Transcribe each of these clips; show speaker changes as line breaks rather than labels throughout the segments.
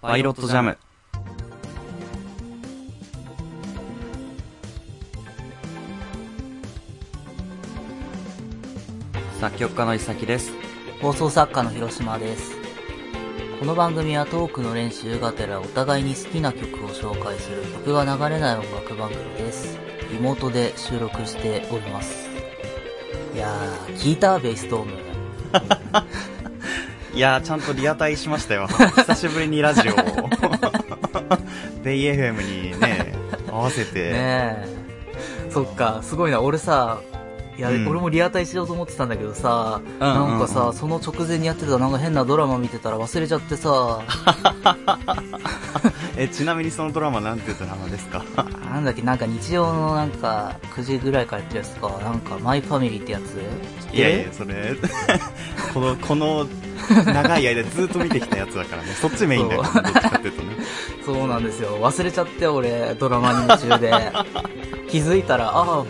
パイロットジャム。作曲家のいさきです。
放送作家の広島です。この番組はトークの練習がてらお互いに好きな曲を紹介する曲が流れない音楽番組です。リモートで収録しております。いやー、聞いたベイストーム。
いやー、ちゃんとリアタイしましたよ。 久しぶりにラジオを。ベイ FM にね、合わせて。
ねえ。そっか、すごいな。俺さ、いや、
うん
俺もリアタイしようと思ってたんだけどさ、
ん
なんか
うん
さ、その直前にやってたなんか変なドラマ見てたら忘れちゃってさ、
え、ちなみにそのドラマなんていうドラマですか
なんだっけ、なんか日曜のなんか9時ぐらいからやってるやつか、なんかマイファミリーってやつ
いやいや、それ、 この、この、長い間ずっと見てきたやつだからね。そっちメインだから、どっちかっていうとね。
そうなんですよ。忘れちゃって、俺、ドラマに夢中 で。気づいたら、ああ、もう、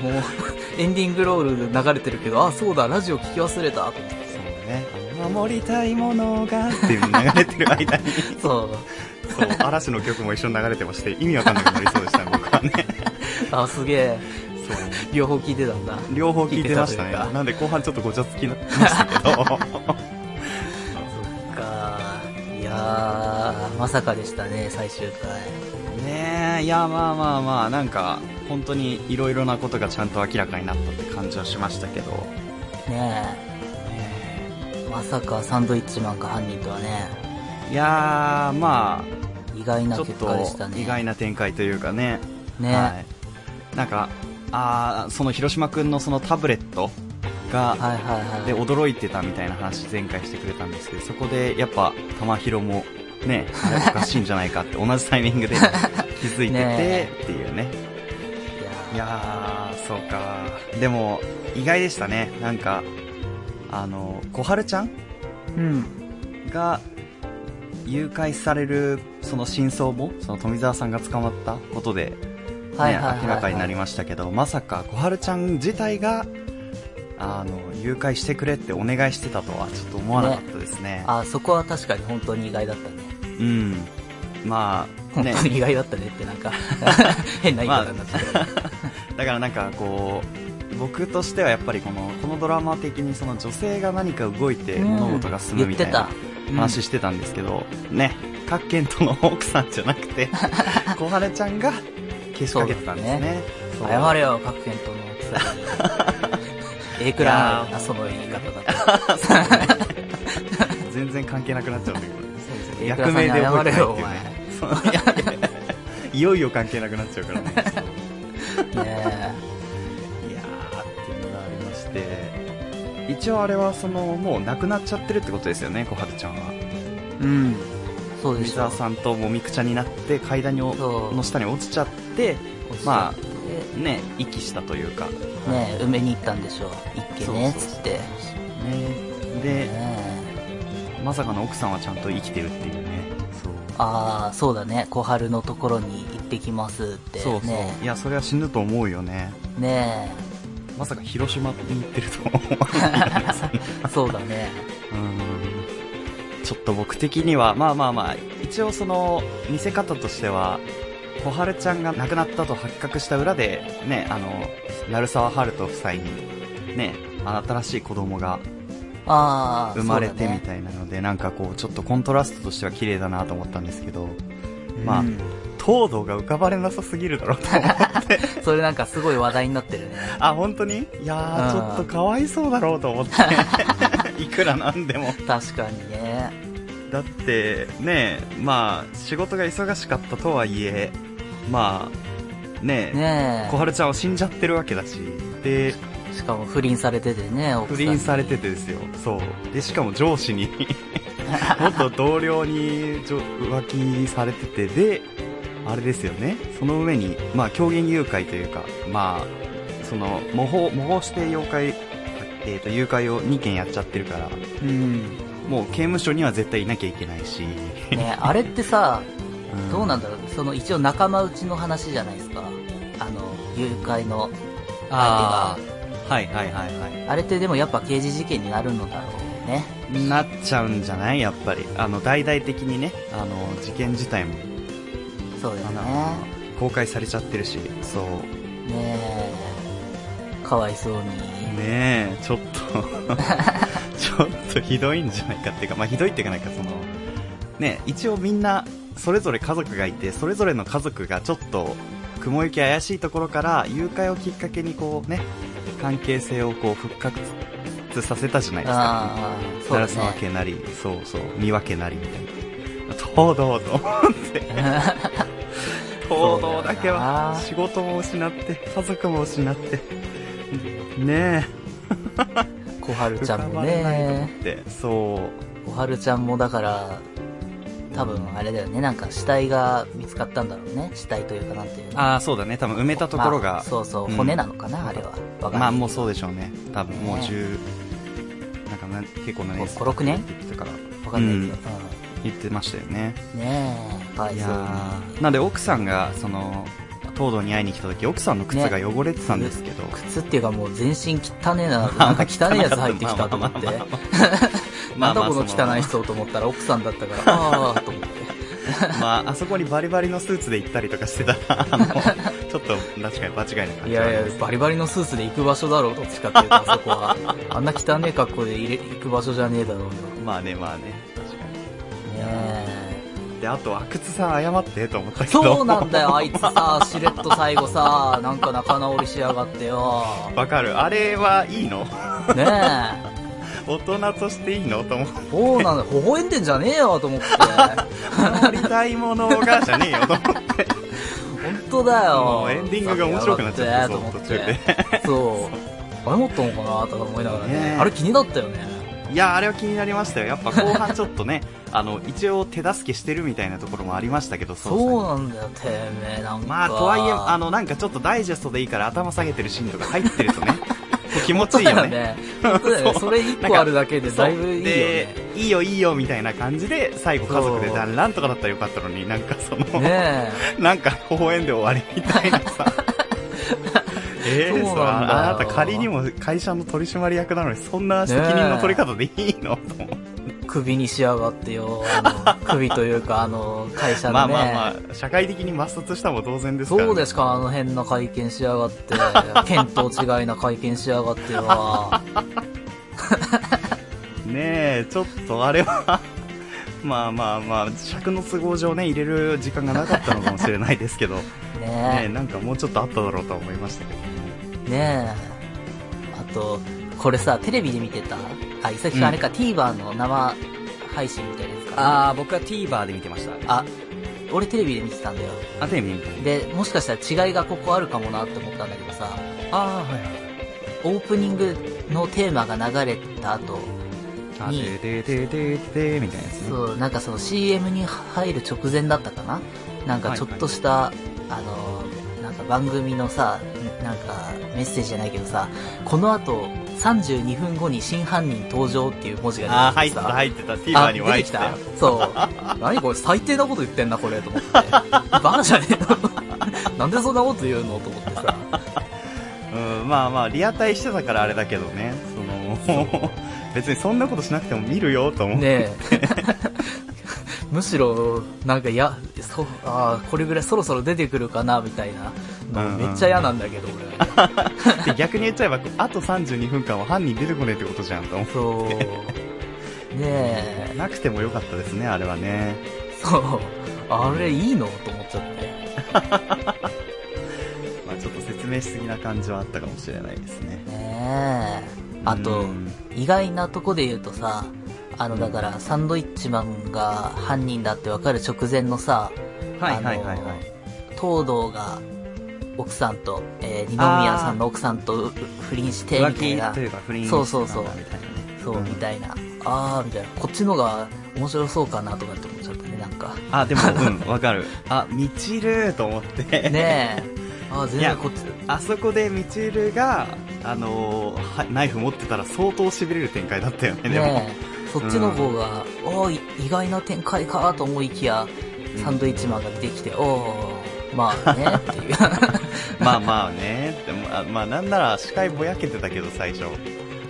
エンディングロールで流れてるけど、ああ、そうだ、ラジオ聞き忘れた、と思って。
そうね。あの守りたいものがっていうの流れてる間に、
そう。
そう、嵐の曲も一緒に流れてまして、意味わかんなくなりそうでしたね、僕 はね。
ああ、すげえ。
そう。
両方聞いてたんだ。
両方聞いてましたね
聞いてたというか
なんで後半ちょっとごちゃつきになってましたけど
そっか。いやー、まさかでしたね、最終回。
ねえいやまあまあまあなんか本当にいろいろなことがちゃんと明らかになったって感じはしましたけど
ねえ。まさかサンドイッチマンが犯人とはね、
いやーま
意外
あ
な
ちょっ
結果でした
と
ね。
意外な展開というかね
ね、
はい、なんかあーその広島君のそのタブレットが、
はい、はいはいはい
で驚いてたみたいな話前回してくれたんですけどそこでやっぱ玉広もねあれおかしいんじゃないかって同じタイミングで気づい て
ね
てっていうね
いやー
いやーそうかでも意外でしたねなんかあの小春ちゃん
うん。
が誘拐されるその真相もその富澤さんが捕まったことで、ね
はいはいはい、はい。
明らかになりましたけどまさか小春ちゃん自体があの誘拐してくれってお願いしてたとはちょっと思わなかったですね
あ、そこは確かに本当に意外だったね。
うんまあ
本
ね
当に意外だったねってなん か、変な言い方になっちゃったけど。
だからなんかこう僕としてはやっぱりこのこのドラマ的にその女性が何か動いて
うん
物事が進む
言
み
ったて
いな
た。
話してたんですけど、ね、各県との奥さんじゃなく て、小春ちゃんが消しかけてたんですね。
う
そ
ん
う
謝れよ、各県との 奥さんに。ええくらいな、その言い方だった。
全然関係なくなっちゃうんだけ ど。
ええくら
役
さんに
名で覚
謝
えて
れ
ない
よ、
っ
お
ていう
前。
ね。そういや いやいよいよ関係なくなっちゃうからね。
ね
いやーっていうのがありまして。一応あれはその、もう亡くなっちゃってるってことですよね、小春ちゃんは。
え。 うん。そうで
水
しょ
沢。さんともみくちゃになって階段にお
そう
の下に落ちちゃって、まね、息したというか。
あ、ねえ、埋めに行ったんでしょ。一軒ね、
そうそう
つ
そう
って。
ね、
ね
で、
え。
まさかの奥さんはちゃんと生きてるっていうね。そう。
ああ、そうだね。小春のところに行ってきますって。
そうそう、
ね
いや、それは死ぬと思うよね。
え。ね
まさか広島に行って ると思う。
え。そうだね。
うん。ちょっと僕的には、まあまあまあ、一応その、見せ方としては、小春ちゃんが亡くなったと発覚した裏で、ね、あの、鳴沢春人夫妻に、ね、新しい子供が
ああ、
生まれて
そうだ
み
ね
たいなので、なんかこう、ちょっとコントラストとしては綺麗だなと思ったんですけど、まあ
うん
東堂が浮かばれなさすぎるだろうと思って
それなんかすごい話題になってるね。
あ、本当にいやー、ち
うん
ょっとかわいそうだろうと思って。 いくらなんでも。
確かにね。
だって、ねえ、まあ、仕事が忙しかったとはいえ、まあ、ねえ、
ね
小春ちゃんは死んじゃってるわけだし、で、
え。しかも不倫されててね、奥さ
不
ん。
倫されててですよ。そう。で、しかも上司 に、元同僚にじょ浮気されてて、で、あれですよね。その上に、まあ、狂言誘拐というか、まあ、その、模倣、模倣して妖怪、えっ、と、誘拐を2件やっちゃってるから、
うん。
もう刑務所には絶対いなきゃいけないし、
ねえあれってさ、どうなんんだろう。その一応仲間内の話じゃないですか。あの、誘拐の相手が。
あーはいはいはいはい。
あれってでもやっぱ刑事事件になるのだろう。ね。
なっちゃうんじゃないやっぱり。あの、大々的にね、あの、事件自体も、
そうだよ
あの
ね。
公開されちゃってるし、そう。
ねえ。かわいそうに。
ねえ、ちょ っと、ちょっとひどいんじゃないかっていうか、まあ、ひどいっていうかなんかその、ねえ一応みんな、それぞれ家族がいて、それぞれの家族がちょっと、雲行き怪しいところから、誘拐をきっかけにこうね、関係性をこう復活させたじゃないですか。
ああ、そう
奈
だ
良沢
ね。
家なり、そうそう、三輪家なりみたいな。東堂と思 って。東堂だけは仕事も失って、家族も失って。ね
小春
え、
ちゃん
浮か
も
ばれないと思っ
ね。
て。そ
小春ちゃんもだから、多分あれだよね。なんか死体が見つかったんだろうね。死体というかなんていう
う。
の。
ああ、そうだね。多分埋めたところ
まあ
が。
そうそう、
うん
骨なのかな、あれは。わかんない
まあもうそうでしょうね。多分もう
ねえ
10、なんかな結構な
もう
年
5 6年
とか
わかんないけど。
言ってましたよね。
うんねえ、かわい
い
そ
や
うに。
ーなんで奥さんが、その、東堂に会いに来た時、奥さんの靴が汚れてたんですけ ど。
靴っていうかもう全身汚ねえ な、なんか汚ねえやつ入ってきたと思って。 なんだこの汚い人と思ったら奥さんだったから、ああ、と 思って。
まあ、あそこにバリバリのスーツで行ったりとかしてたら、あの、ちょっと、確かに場違いな感じ
いやいや、バリバリのスーツで行く場所だろう、どっちかっていうと、あそこは。あんな汚ねえ格好で入れ行く場所じゃねえだろうよ。ね
まあね、まあね。確か
え。
に。で、あと、阿久津さん謝ってと思ったけど。
そうなんだよ、あいつさ、しれっと最後さ、なんか仲直りしやがってよ。
わかる。あれはいいの
ねえ。
大人としていいのと思って。
そうなんだ、微笑んでんじゃねえよ、と思って。
乗りたいものがじゃねえよと思って。
本当だよ。
もうエンディングが面白くなっちゃって
そう、
そう
そう。あれ持ったのかなとか思いながらね。
ねえ
あれ気になったよね。
いや、あれは気になりましたよ。やっぱ後半ちょっとね、 あの、一応手助けしてるみたいなところもありましたけど、捜査に
そうなんだよ、てめえ、なんか。
まあ、とはいえ、あ、の、なんかちょっとダイジェストでいいから頭下げてるシーンとか入ってるとね、 気持ちいいよね。。
本当だよね。それ一個あるだけで
そ
だ
う
いぶいい
で
よね。、
いいよいいよみたいな感じで、最後家族で
そう
だんらんとかだったらよかったのに、なんかその、
ね
なんか微笑んで終わりみたいな さ。えー、
そうなんだよ
そうああなた仮にも会社の取締役なのにそんな責任の取り方でいいの、と思って
え、首にしやがってよ。あの首というか、あの、会社
ま
の
あ
ね。
まあまあ、社会的に抹殺したも同然ですから、
そうですか、あの変な会見しやが って。見当違いな会見しやがってよ。
ねえ、ちょっとあれは、 まあまあまあ、尺の都合上ね、入れる時間がなかったのかもしれないですけど、ねえ、
ね
なんかもうちょっ とあっただろうとは思いましたけどね。
え。ねえ。あと、これさ、テレビで見てたあ、伊崎くんあれか、TVer の生配信みたいなやつか。
あ、僕は TVer で見てました。
あ、俺テレビで見てたんだよ。
あ、テレビ見て
で、もしかしたら違いがここあるかもなって思ったんだけどさ、
ああ、はい。
オープニングのテーマが流れた後、
あ、
に
でででででみたいなやつね。
そう、なんかその CM に入る直前だったかななんかちょっとした、あの、なんか番組のさ、なんかメッセージじゃないけどさ、この後32分後に新犯人登場っていう文字
あ
が
あ、入っ
出
て
き
た、
てさ、
入ってた。TVer
あ、
に
出
湧いて
てき
た
た
よ。
そう。 何これ最低なこと言ってんな、これ、と思って。バカじゃねえの なんでそんなこと言うのと思ってさ。
うん、まあまあ、リアタイしてたからあれだけどね、その、別にそんなことしなくても見るよと思って。
ねえ。 むしろ、なんか、や、そう、ああ、これぐらいそろそろ出てくるかな、みたいな。
うんうん
めっちゃ嫌なんだけど、俺。
で逆に言っちゃえば、あと32分間は犯人出てこねえってことじゃんと思って
そう。ねえ、
なくてもよかったですね、あれはね。
そう。あれいいのと思っちゃって。
まあちょっと説明しすぎな感じはあったかもしれないですね。
ねえ。あと
うん、
意外なとこで言うとさ、あの、だから、サンドイッチマンが犯人だってわかる直前のさ、あの。東堂が奥さんと、えー二宮さんの奥さんとう不倫してみたいな
浮気というか不倫
そうそうそう
なんだみたいなね
そうみたいな、あーみたいなこっちのが面白そうかなとかって思っちゃったねなん か
あ、でも、うん、わかる。あ、みちると思って。
ねえあー全
い
然
や
こっち
あそこでみちるが、あのーはナイフ持ってたら相当痺れる展開だったよね、でも。
ねえそっちの方が、おーい意外な展開かと思いきや
うん
サンドイッチマンが出てきて、おーまあねっていう
まあまあね。でもあまあなんなら視界ぼやけてたけど、最初。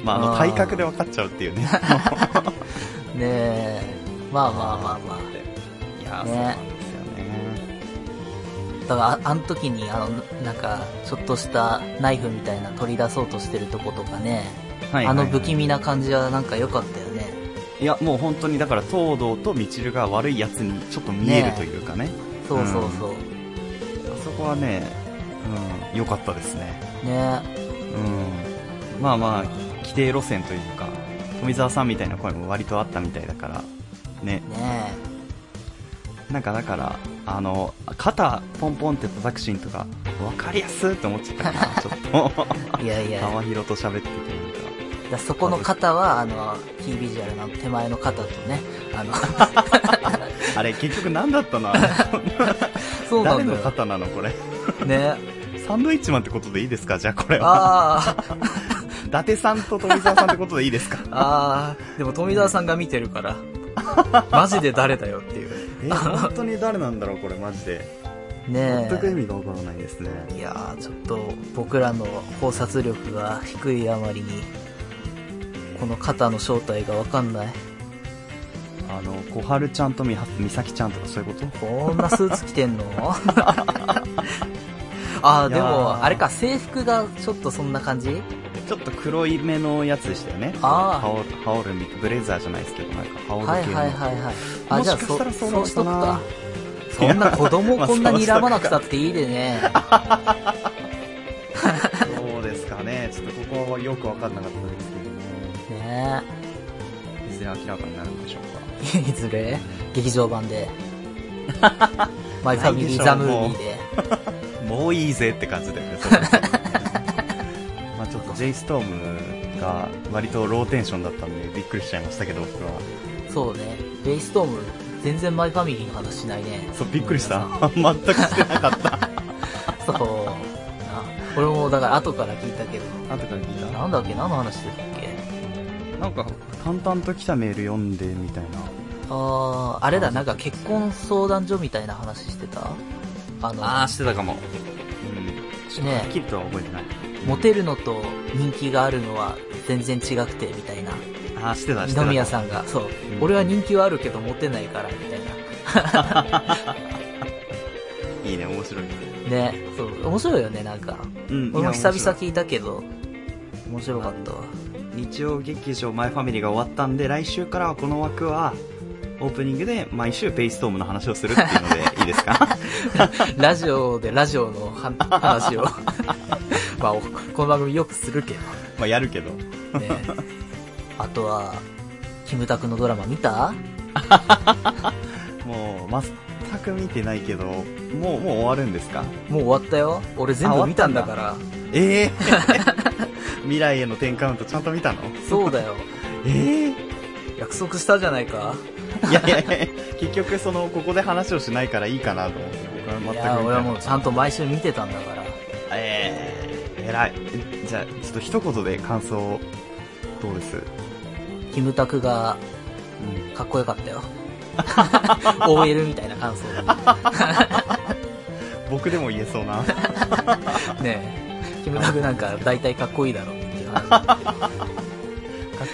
まああの
あー
体格で分かっちゃうっていうね。
ねえまあまあまあまあ
いやー、そう
ね
なんですよね
だからああの時にあのなんかちょっとしたナイフみたいな取り出そうとしてるとことかね、
はいはいはい
あの不気味な感じはなんか良かったよね
いやもう本当にだから東堂とみちるが悪いやつにちょっと見えるというかね
そうそうそう、
あそこはねうん良かったですね
ね
うんまあまあ規定路線というか富澤さんみたいな声も割とあったみたいだからね
ね
なんかだからあの肩ポンポンって叩くシーンとか分かりやすいと思っちゃったか なちょっと
えいやいや
玉広と喋っててなんか
だからそこの肩はあのキービジュアルの手前の肩とねあの
あれ結局何だったなあれ
そうな
誰
んだ
の
よ
肩なのこれ
ね
サンドイッチマンってことでいいですかじゃあこれは
ああ
伊達さんと富澤さんってことでいいですか
ああでも富澤さんが見てるからマジで誰だよっていう
え本当に誰なんだろうこれマジで
ね
全く意味が分からないですね
えいやーちょっと僕らの考察力が低いあまりにこの肩の正体がわかんない
あの小春ちゃんとみは美咲ちゃんとかそういうこと
こんなスーツ着てん のああで
いやー
もあれか制服がちょっとそんな感じ
ちょっと黒い目のやつでしたよね。
あー
羽織羽織るみブレザーじゃないですけど、なんか羽織る
はい
系の。
はいはいはい。
もしかしたらそうなのかな
そそんな子供こんなにらまなくたっていいで ね。
そうですかね。ちょっとここはよくわかんなかったですけどね。
ね
いずれ明らかになるんでしょう
え。い ずれ、劇場版 で。マイファミリー
な
ザ
いで
ム
しょ
ービーで。
か。もういいぜって感じだよね、それ まあちょっと J ストームが割とローテンションだったんでびっくりしちゃいましたけど、僕は。
そうね。ベイストーム、全然マイファミリーの話しないね。
そう、びっくりした。全くしてなかった。
そう。な俺もだから後から聞いたけど。
後から聞い
なんだっけ何の話してたっけ
たなんか、淡々と来たメール読んでみたいな。
あー、あれだ、なんか結婚相談所みたいな話してたあの、
あ、してたかも。うん。ちょっと
ね
はっきりとは覚えてない。
モテるのと人気があるのは全然違くてみたいな
あー、してた、してた。
二宮さんがそう、
うん
俺は人気はあるけどモテないからみたい
いいね、面白いね。
なねそう面白いよねなんか
うん
俺も久々聞いたけど面白かったわ
日曜劇場マイファミリーが終わったんで、来週からはこの枠は、オープニングで毎週ベイストームの話をするっていうのでいいです か
ラジオでラジオのは 話をまあおこの番組よくするけ
まあやるけど。
どねあとはキムタクのドラマ見た
もう、全く見てないけど、もう、もう終わるんですか
もう終わったよ俺全部見たんだから
ええ未来への10カウントちゃんと見たの
そうだよ
ええ
約束したじゃないか
いやいやいや、 結局その、ここで話をしないからいいかなと思って、僕は全く
い
見て
や俺は
な
も
いう
ちゃんと毎週見てたんだから
ええ偉い。えじゃあ、ちょっと一言で感想を、どうです
キムタクが
うん。
かっこよかったよ。OL みたいな感想
僕でも言えそう な。
ねえ。キムタクなんか大体かっこいいだろうっていう話。
かっ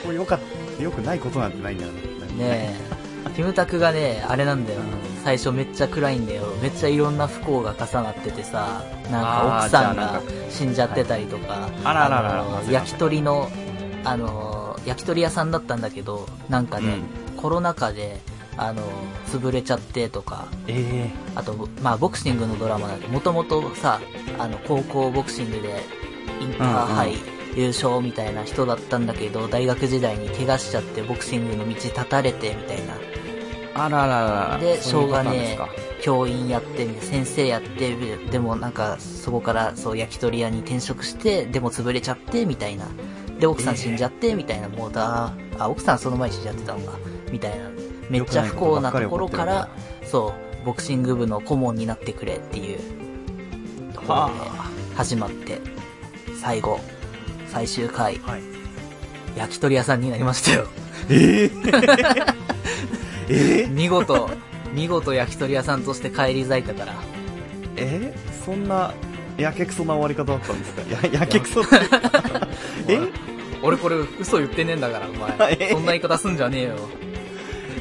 こよかった、よくないことなんてないんだよね。
ねえ。キムタクがね、あれなんだよ。最初めっちゃ暗いんだよ。めっちゃいろんな不幸が重なっててさ、なんか奥さん
あーじゃあな
が
んか
死んじゃってたりとか、
あらららら
の
まさか
焼き鳥の、あの、焼き鳥屋さんだったんだけど、なんかね、コロナ禍で、あの、潰れちゃってとか、
え
あと、まあ、ボクシングのドラマなんで、もともとさ、あの、高校ボクシングで、インターハイ優勝みたいな人だったんだけど、大学時代に怪我しちゃって、ボクシングの道立たれて、みたいな。
えあららら
で、しょうがね、教員やって、先生やって、でもなんか、そこから、そう、焼き鳥屋に転職して、でも潰れちゃって、みたいな。で、奥さん死んじゃって、みたいな、もうだ、あ、奥さんその前に死んじゃってたのか、みたいな。めっちゃ不幸なところから、そう、ボクシング部の顧問になってくれっていう、ところで
は、
始まって、最後、最終回、
はい。
焼き鳥屋さんになりましたよ。
ええええ
見事、見事焼き鳥屋さんとして帰り咲いたから。
ええそんな、やけくそな終わり方だったんですかや、やけくそって。え
俺これ嘘言ってねえんだから、お
え
前。そんな言い方すんじゃねえよ。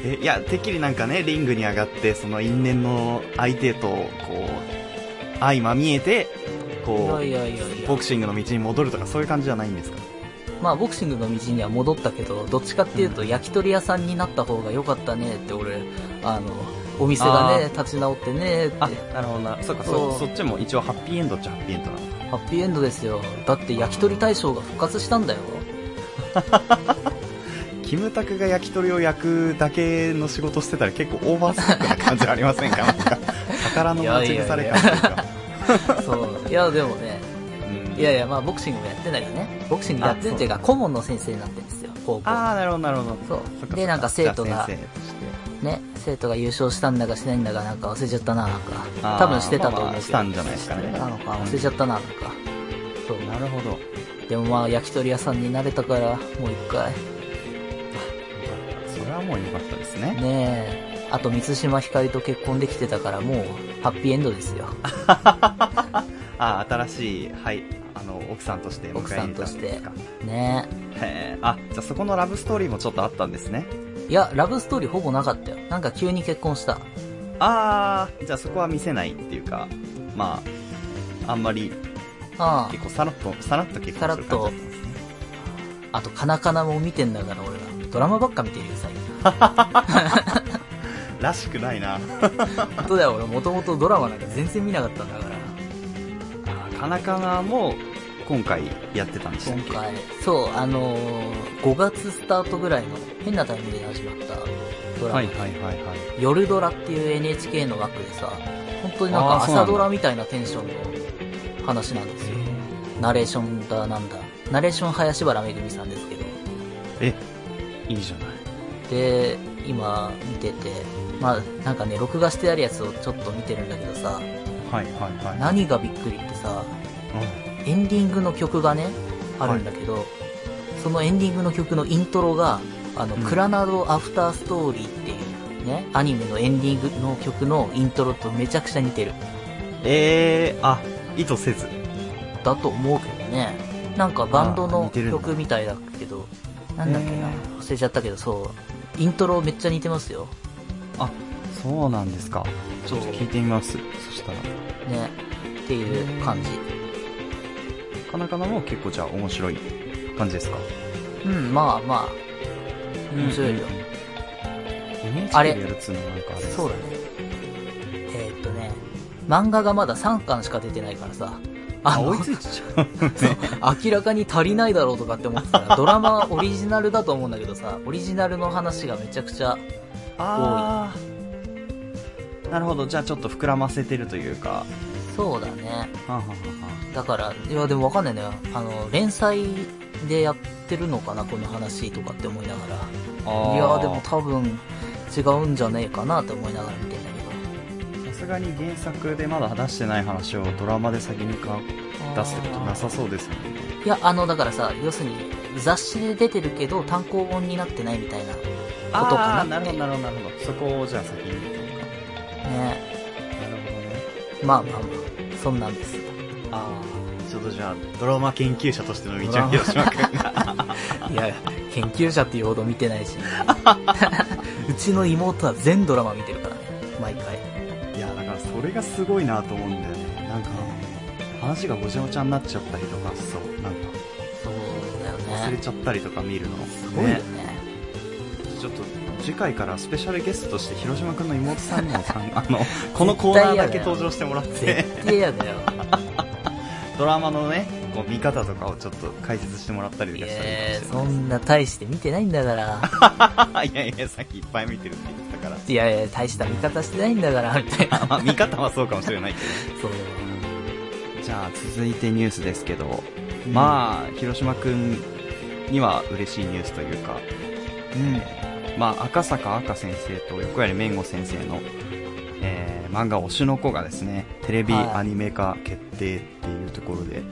えいやてっきりなんかねリングに上がってその因縁の相手とこう相まみえてこ
いやいやいやいうや
ボクシングの道に戻るとかそういう感じじゃないんですか
まあボクシングの道には戻ったけどどっちかっていうと焼き鳥屋さんになった方が良かったねって俺あのお店がね
あ
立ち直ってねって
あなるほどなそうか
そう
そそっちも一応ハッピーエンドっちゃハッピーエンドなの
ハッピーエンドですよだって焼き鳥大賞が復活した んだよ
キムタクが焼き鳥を焼くだけの仕事してたら結構オーバーストックな感じありません かなんか宝の持ち腐れ感というか
そういやでもね
うん
いやいやまあボクシングもやってんだけどねボクシングやってるっていうか顧問の先生になってるんですよ高校
ああなるほどなるほど
そう
っかっ
でなんか生徒が
じゃあ先生として
ね生徒が優勝したんだかしないんだかなんか忘れちゃったななんか
あー
多分してたと思う
まあま
け
あ
ど
したんじゃないですかね
なのか忘れちゃったななんかそう
なるほど
でもまあ焼き鳥屋さんになれたからもう一回
それはもう良かったですね
ねえあと満島ひかりと結婚できてたからもうハッピーエンドですよ
ああ新しいはいあの奥さんとして迎え入れたんですか
ね
へえあじゃあそこのラブストーリーもちょっとあったんですね
えいやラブストーリーほぼなかったよなんか急に結婚した
ああじゃあそこは見せないっていうかまああんまり
あ
結構さらっとさらっと結婚する感じだったんですね
ああとカナカナも見てんだから俺らドラマばっか見てるよ最近
らしくないな
本当だよ俺もともとドラマなんか全然見なかったんだから
カナカナも今回やってたんでしたっ
今
け
回そうあのー、5月スタートぐらいの変なタイミングで始まったドラマ、
はいはいはいはい
夜ドラっていう NHK の枠でさ本当になん
あ
か
ーそうな
朝
んだ
ドラみたいなテンションの話なんですよナレーションだなんだナレーション林原めぐみさんですけど
えいいじゃない
で今見ててまあなんかね録画してあるやつをちょっと見てるんだけどさ
はいはいはい
何がびっくりってさ
うん
エンディングの曲がね、あるんだけど、そのエンディングの曲のイントロが、あの、
うん
クラナドアフターストーリーっていうね、アニメのエンディングの曲のイントロとめちゃくちゃ似てる。
えー、あ意図せず
だと思うけどね。なんかバンド
あー
の
似てるんだ
曲みたいだけど、なんだっけな
へ、
忘れちゃったけど、そう、イントロめっちゃ似てますよ。
あそうなんですかちょっと聞いてみますそしたら
ね。っていう感じ。
カナカナも結構じゃあ面白い感じですか
うん、まあまあ、面白いよ。
NHK
あれ
でやるっつうのはなんかあれです
そうだね。えーっとね、漫画がまだ3巻しか出てないからさ、あ
あ
の
追い、ついち ゃう
明らかに足りないだろうとかって思ってたら、ドラマはオリジナルだと思うんだけどさ、オリジナルの話がめちゃくちゃ、
ああなるほどじゃあちょっと膨らませてるというか
そうだね。
はんはんはんは
だから、いやでもわかんないんだよ。あの、連載でやってるのかな、この話とかって思いながら。
ん
いやでも多分違うんじゃねえかなって思いながら見てんだけ
さすがに原作でまだ出してない話をドラマで先にか
ど。
出すってことなさそうですよね
いや、あの、だからさ、要するに、雑誌で出てるけど、単行本になってないみたいなこと
あ
か
ー
な
な
っ
る
て。
ほどなるほ
ね。
どなるほどそこをじゃあ先に見てるかなるほどね
まあまあまあ、そんなんです。
ああちょっとじゃあドラマ研究者としての道を広島君が
いや、研究者っていうほど見てない し。うちの妹は全ドラマ見てるからね、毎回。
いやだからそれがすごいなと思うんだよねなんか話がごちゃごちゃになっちゃったりとかしそうなんか
そうだよ
忘れ
ね。
ちゃったりとか見るの
すごいよね。
ちょっと次回からスペシャルゲストとして広島君の妹さんにもさんあのこのコーナーだけ登場してもらって
絶対やだよ。
ドラマのねこう見方とかをちょっと解説してもらったり
い
と
や
かしたりとかして
そんな大して見てないんだから。
いやいや、さっきいっぱい見てるって言ってたから。
いやいや、大した見方してないんだから、みたいな。
あまあ、 見方はそうかもしれないけ
そうだよ。
ど。じゃあ、続いてニュースですけど、まあ、広島くんには嬉しいニュースというか、
うん。
まあ、赤坂赤先生と横槍めんご先生の、えー、漫画推しの子がですね、テレビ
はい
アニメ化決定っていうところで、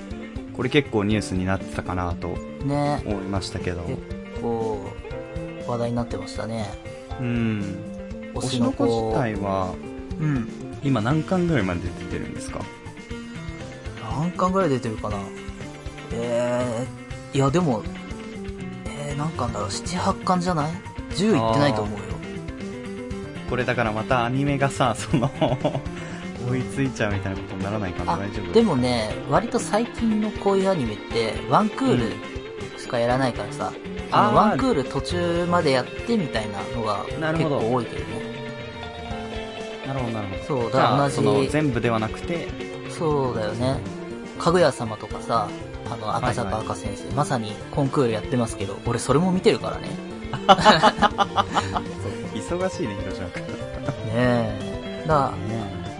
これ結構ニュースになってたかなと
ね
思いましたけど、
結構話題になってましたね
うん。推
推
し
し
の
の
子
子
自体は、
うん
今何巻ぐらいまで出てるんですか
何巻ぐらい出てるかなえー、いやでもえー、何巻だろう78巻じゃない ?10 いってないと思うよ
これだからまたアニメがさその 追いついちゃうみたいなことにならないかな
あ
大丈夫
でもね割と最近のこういうアニメってワンクールしかやらないからさ、あ
あー
のワンクール途中までやってみたいなのが
なる
結
ほど
構多いけどね
なるほどなるほど
そう
じ
だか
ゃ
ら
あその
同じ
全部ではなくて
そうだよねかぐや様とかさあの赤坂
はい
赤先生、まさにコンクールやってますけど俺それも見てるからね
忙しいねひろちゃん君
ねえだか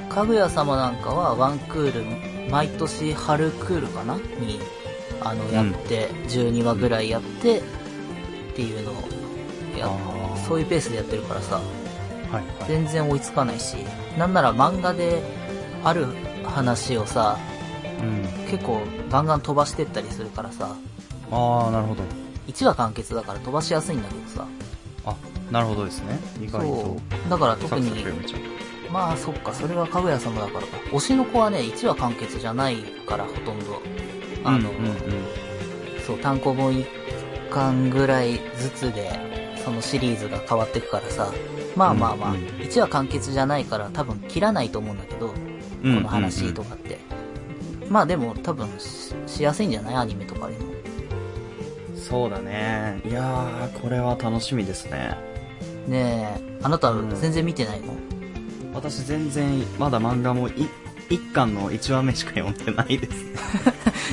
らかぐや様なんかはワンクール毎年春クールかなにあの
ん
やって、12話ぐらいやって、っていうのをや
あー
そういうペースでやってるからさ
はいはい
全然追いつかないしなんなら漫画である話をさ
うん
結構ガンガン飛ばしてったりするからさ
ああなるほど
1話完結だから飛ばしやすいんだけどさ
あなるほどですね意外と
そうだから特
サク
に
サク読めちゃう
まあそっか、それはかぐや様だからか。推しの子はね、1話完結じゃないから、ほとんど。あの、
うんうんうん
そう、単行本1巻ぐらいずつで、そのシリーズが変わってくからさ。まあまあまあ、
うんうん
1話完結じゃないから多分切らないと思うんだけど、こ
うん
の話とかって。まあでも多分ししやすいんじゃないアニメとかでも。
そうだねいやーこれは楽しみですね
ねえ、あなた
うん
全然見てないの、
私全然まだ漫画もい一巻の1話目しか読んでないです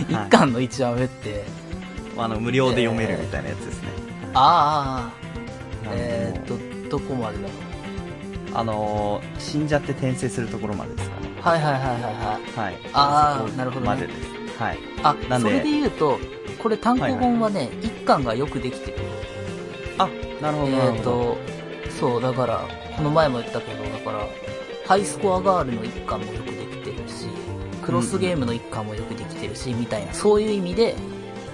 一 ?1 巻の1話目って。
あの無料で読めるみたいなやつですね、
ああ、
はい
え
あの
ー、っと、どこまでだろう。
あのー死んじゃって転生するところまでですかね
はいはいはいはいはい。
はい
あー
そこ
なるほどね
までですはい
あ、
なん
そ
で
れで言うと、これ単行本はね、一巻がよくできてる。
あなるほどなる
え
ほ
っ、
ど、
と、そう、だから、この前も言ったけど、だから、ハイスコアガールの一巻もよくできてるし、クロスゲームの一巻もよくできてるし、みたいな、そういう意味で、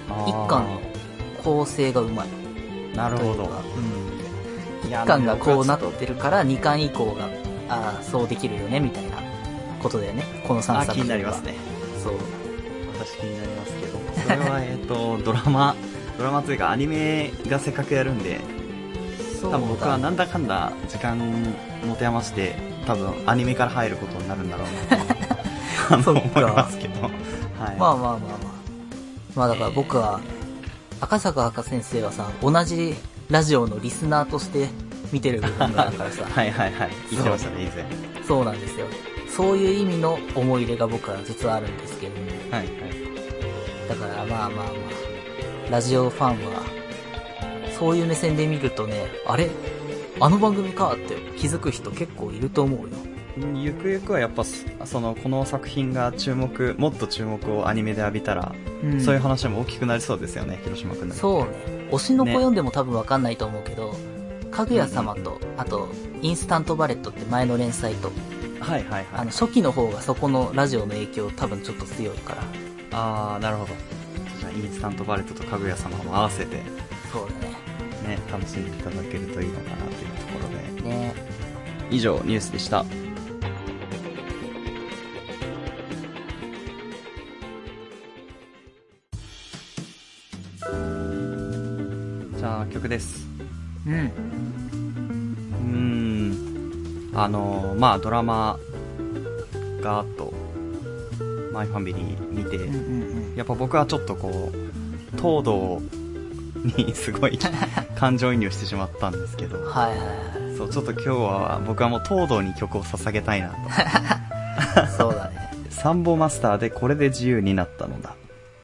あー
一巻の構成がうまい。
なるほ
という
ど
かうん。
いや
一巻がこうなってるから、二巻以降が、ああ、そうできるよね、みたいなことだよね。この三
あ
作
気になりますね
そう。
私気になりますけどこれはえっとドラマドラマというかアニメがせっかくやるんで
そう
多分僕は
だね
なんだかんだ時間持て余して多分アニメから入ることになるんだろうなと
そっ
思
か
いますけど、はい、
まあまあまあまあ。まあだから僕は、赤坂赤先生はさ、同じラジオのリスナーとして見てる部分があるか らさ、
はいはいはい言ってましたね以前
そうなんですよ。そういう意味の思い入れが僕は実はあるんですけどね、
はい
だからまあまあまあ、ラジオファンは、そういう目線で見るとね、あれあの番組かって気づく人結構いると思うよ。
はいゆくゆくはやっぱそそのこの作品が注目もっと注目をアニメで浴びたら、
うん
そういう話も大きくなりそうですよね広島君
そうね。推しの子
ね
読んでも多分わかんないと思うけど、かぐや様と、あと、インスタントバレットって前の連載と、
はいはいは
あ
い
の、初期の方がそこのラジオの影響多分ちょっと強いから。
ああなるほどじゃあインスタントバレットとかぐや様も合わせて
そうだね。
ね楽しんでいただけるといいのかなというところで
ね
以上ニュースでしたじゃあ曲です
うん。
うーんあのまあドラマがと「マイファミリー」見て、
うんうん
やっぱ僕はちょっとこう東堂にすごい感情移入してしまったんですけど
うん。はいはい
そうちょっと今日は僕はもう東堂に曲を捧げたいなと
はい。そうだね。
サンボマスターでこれで自由になったのだ。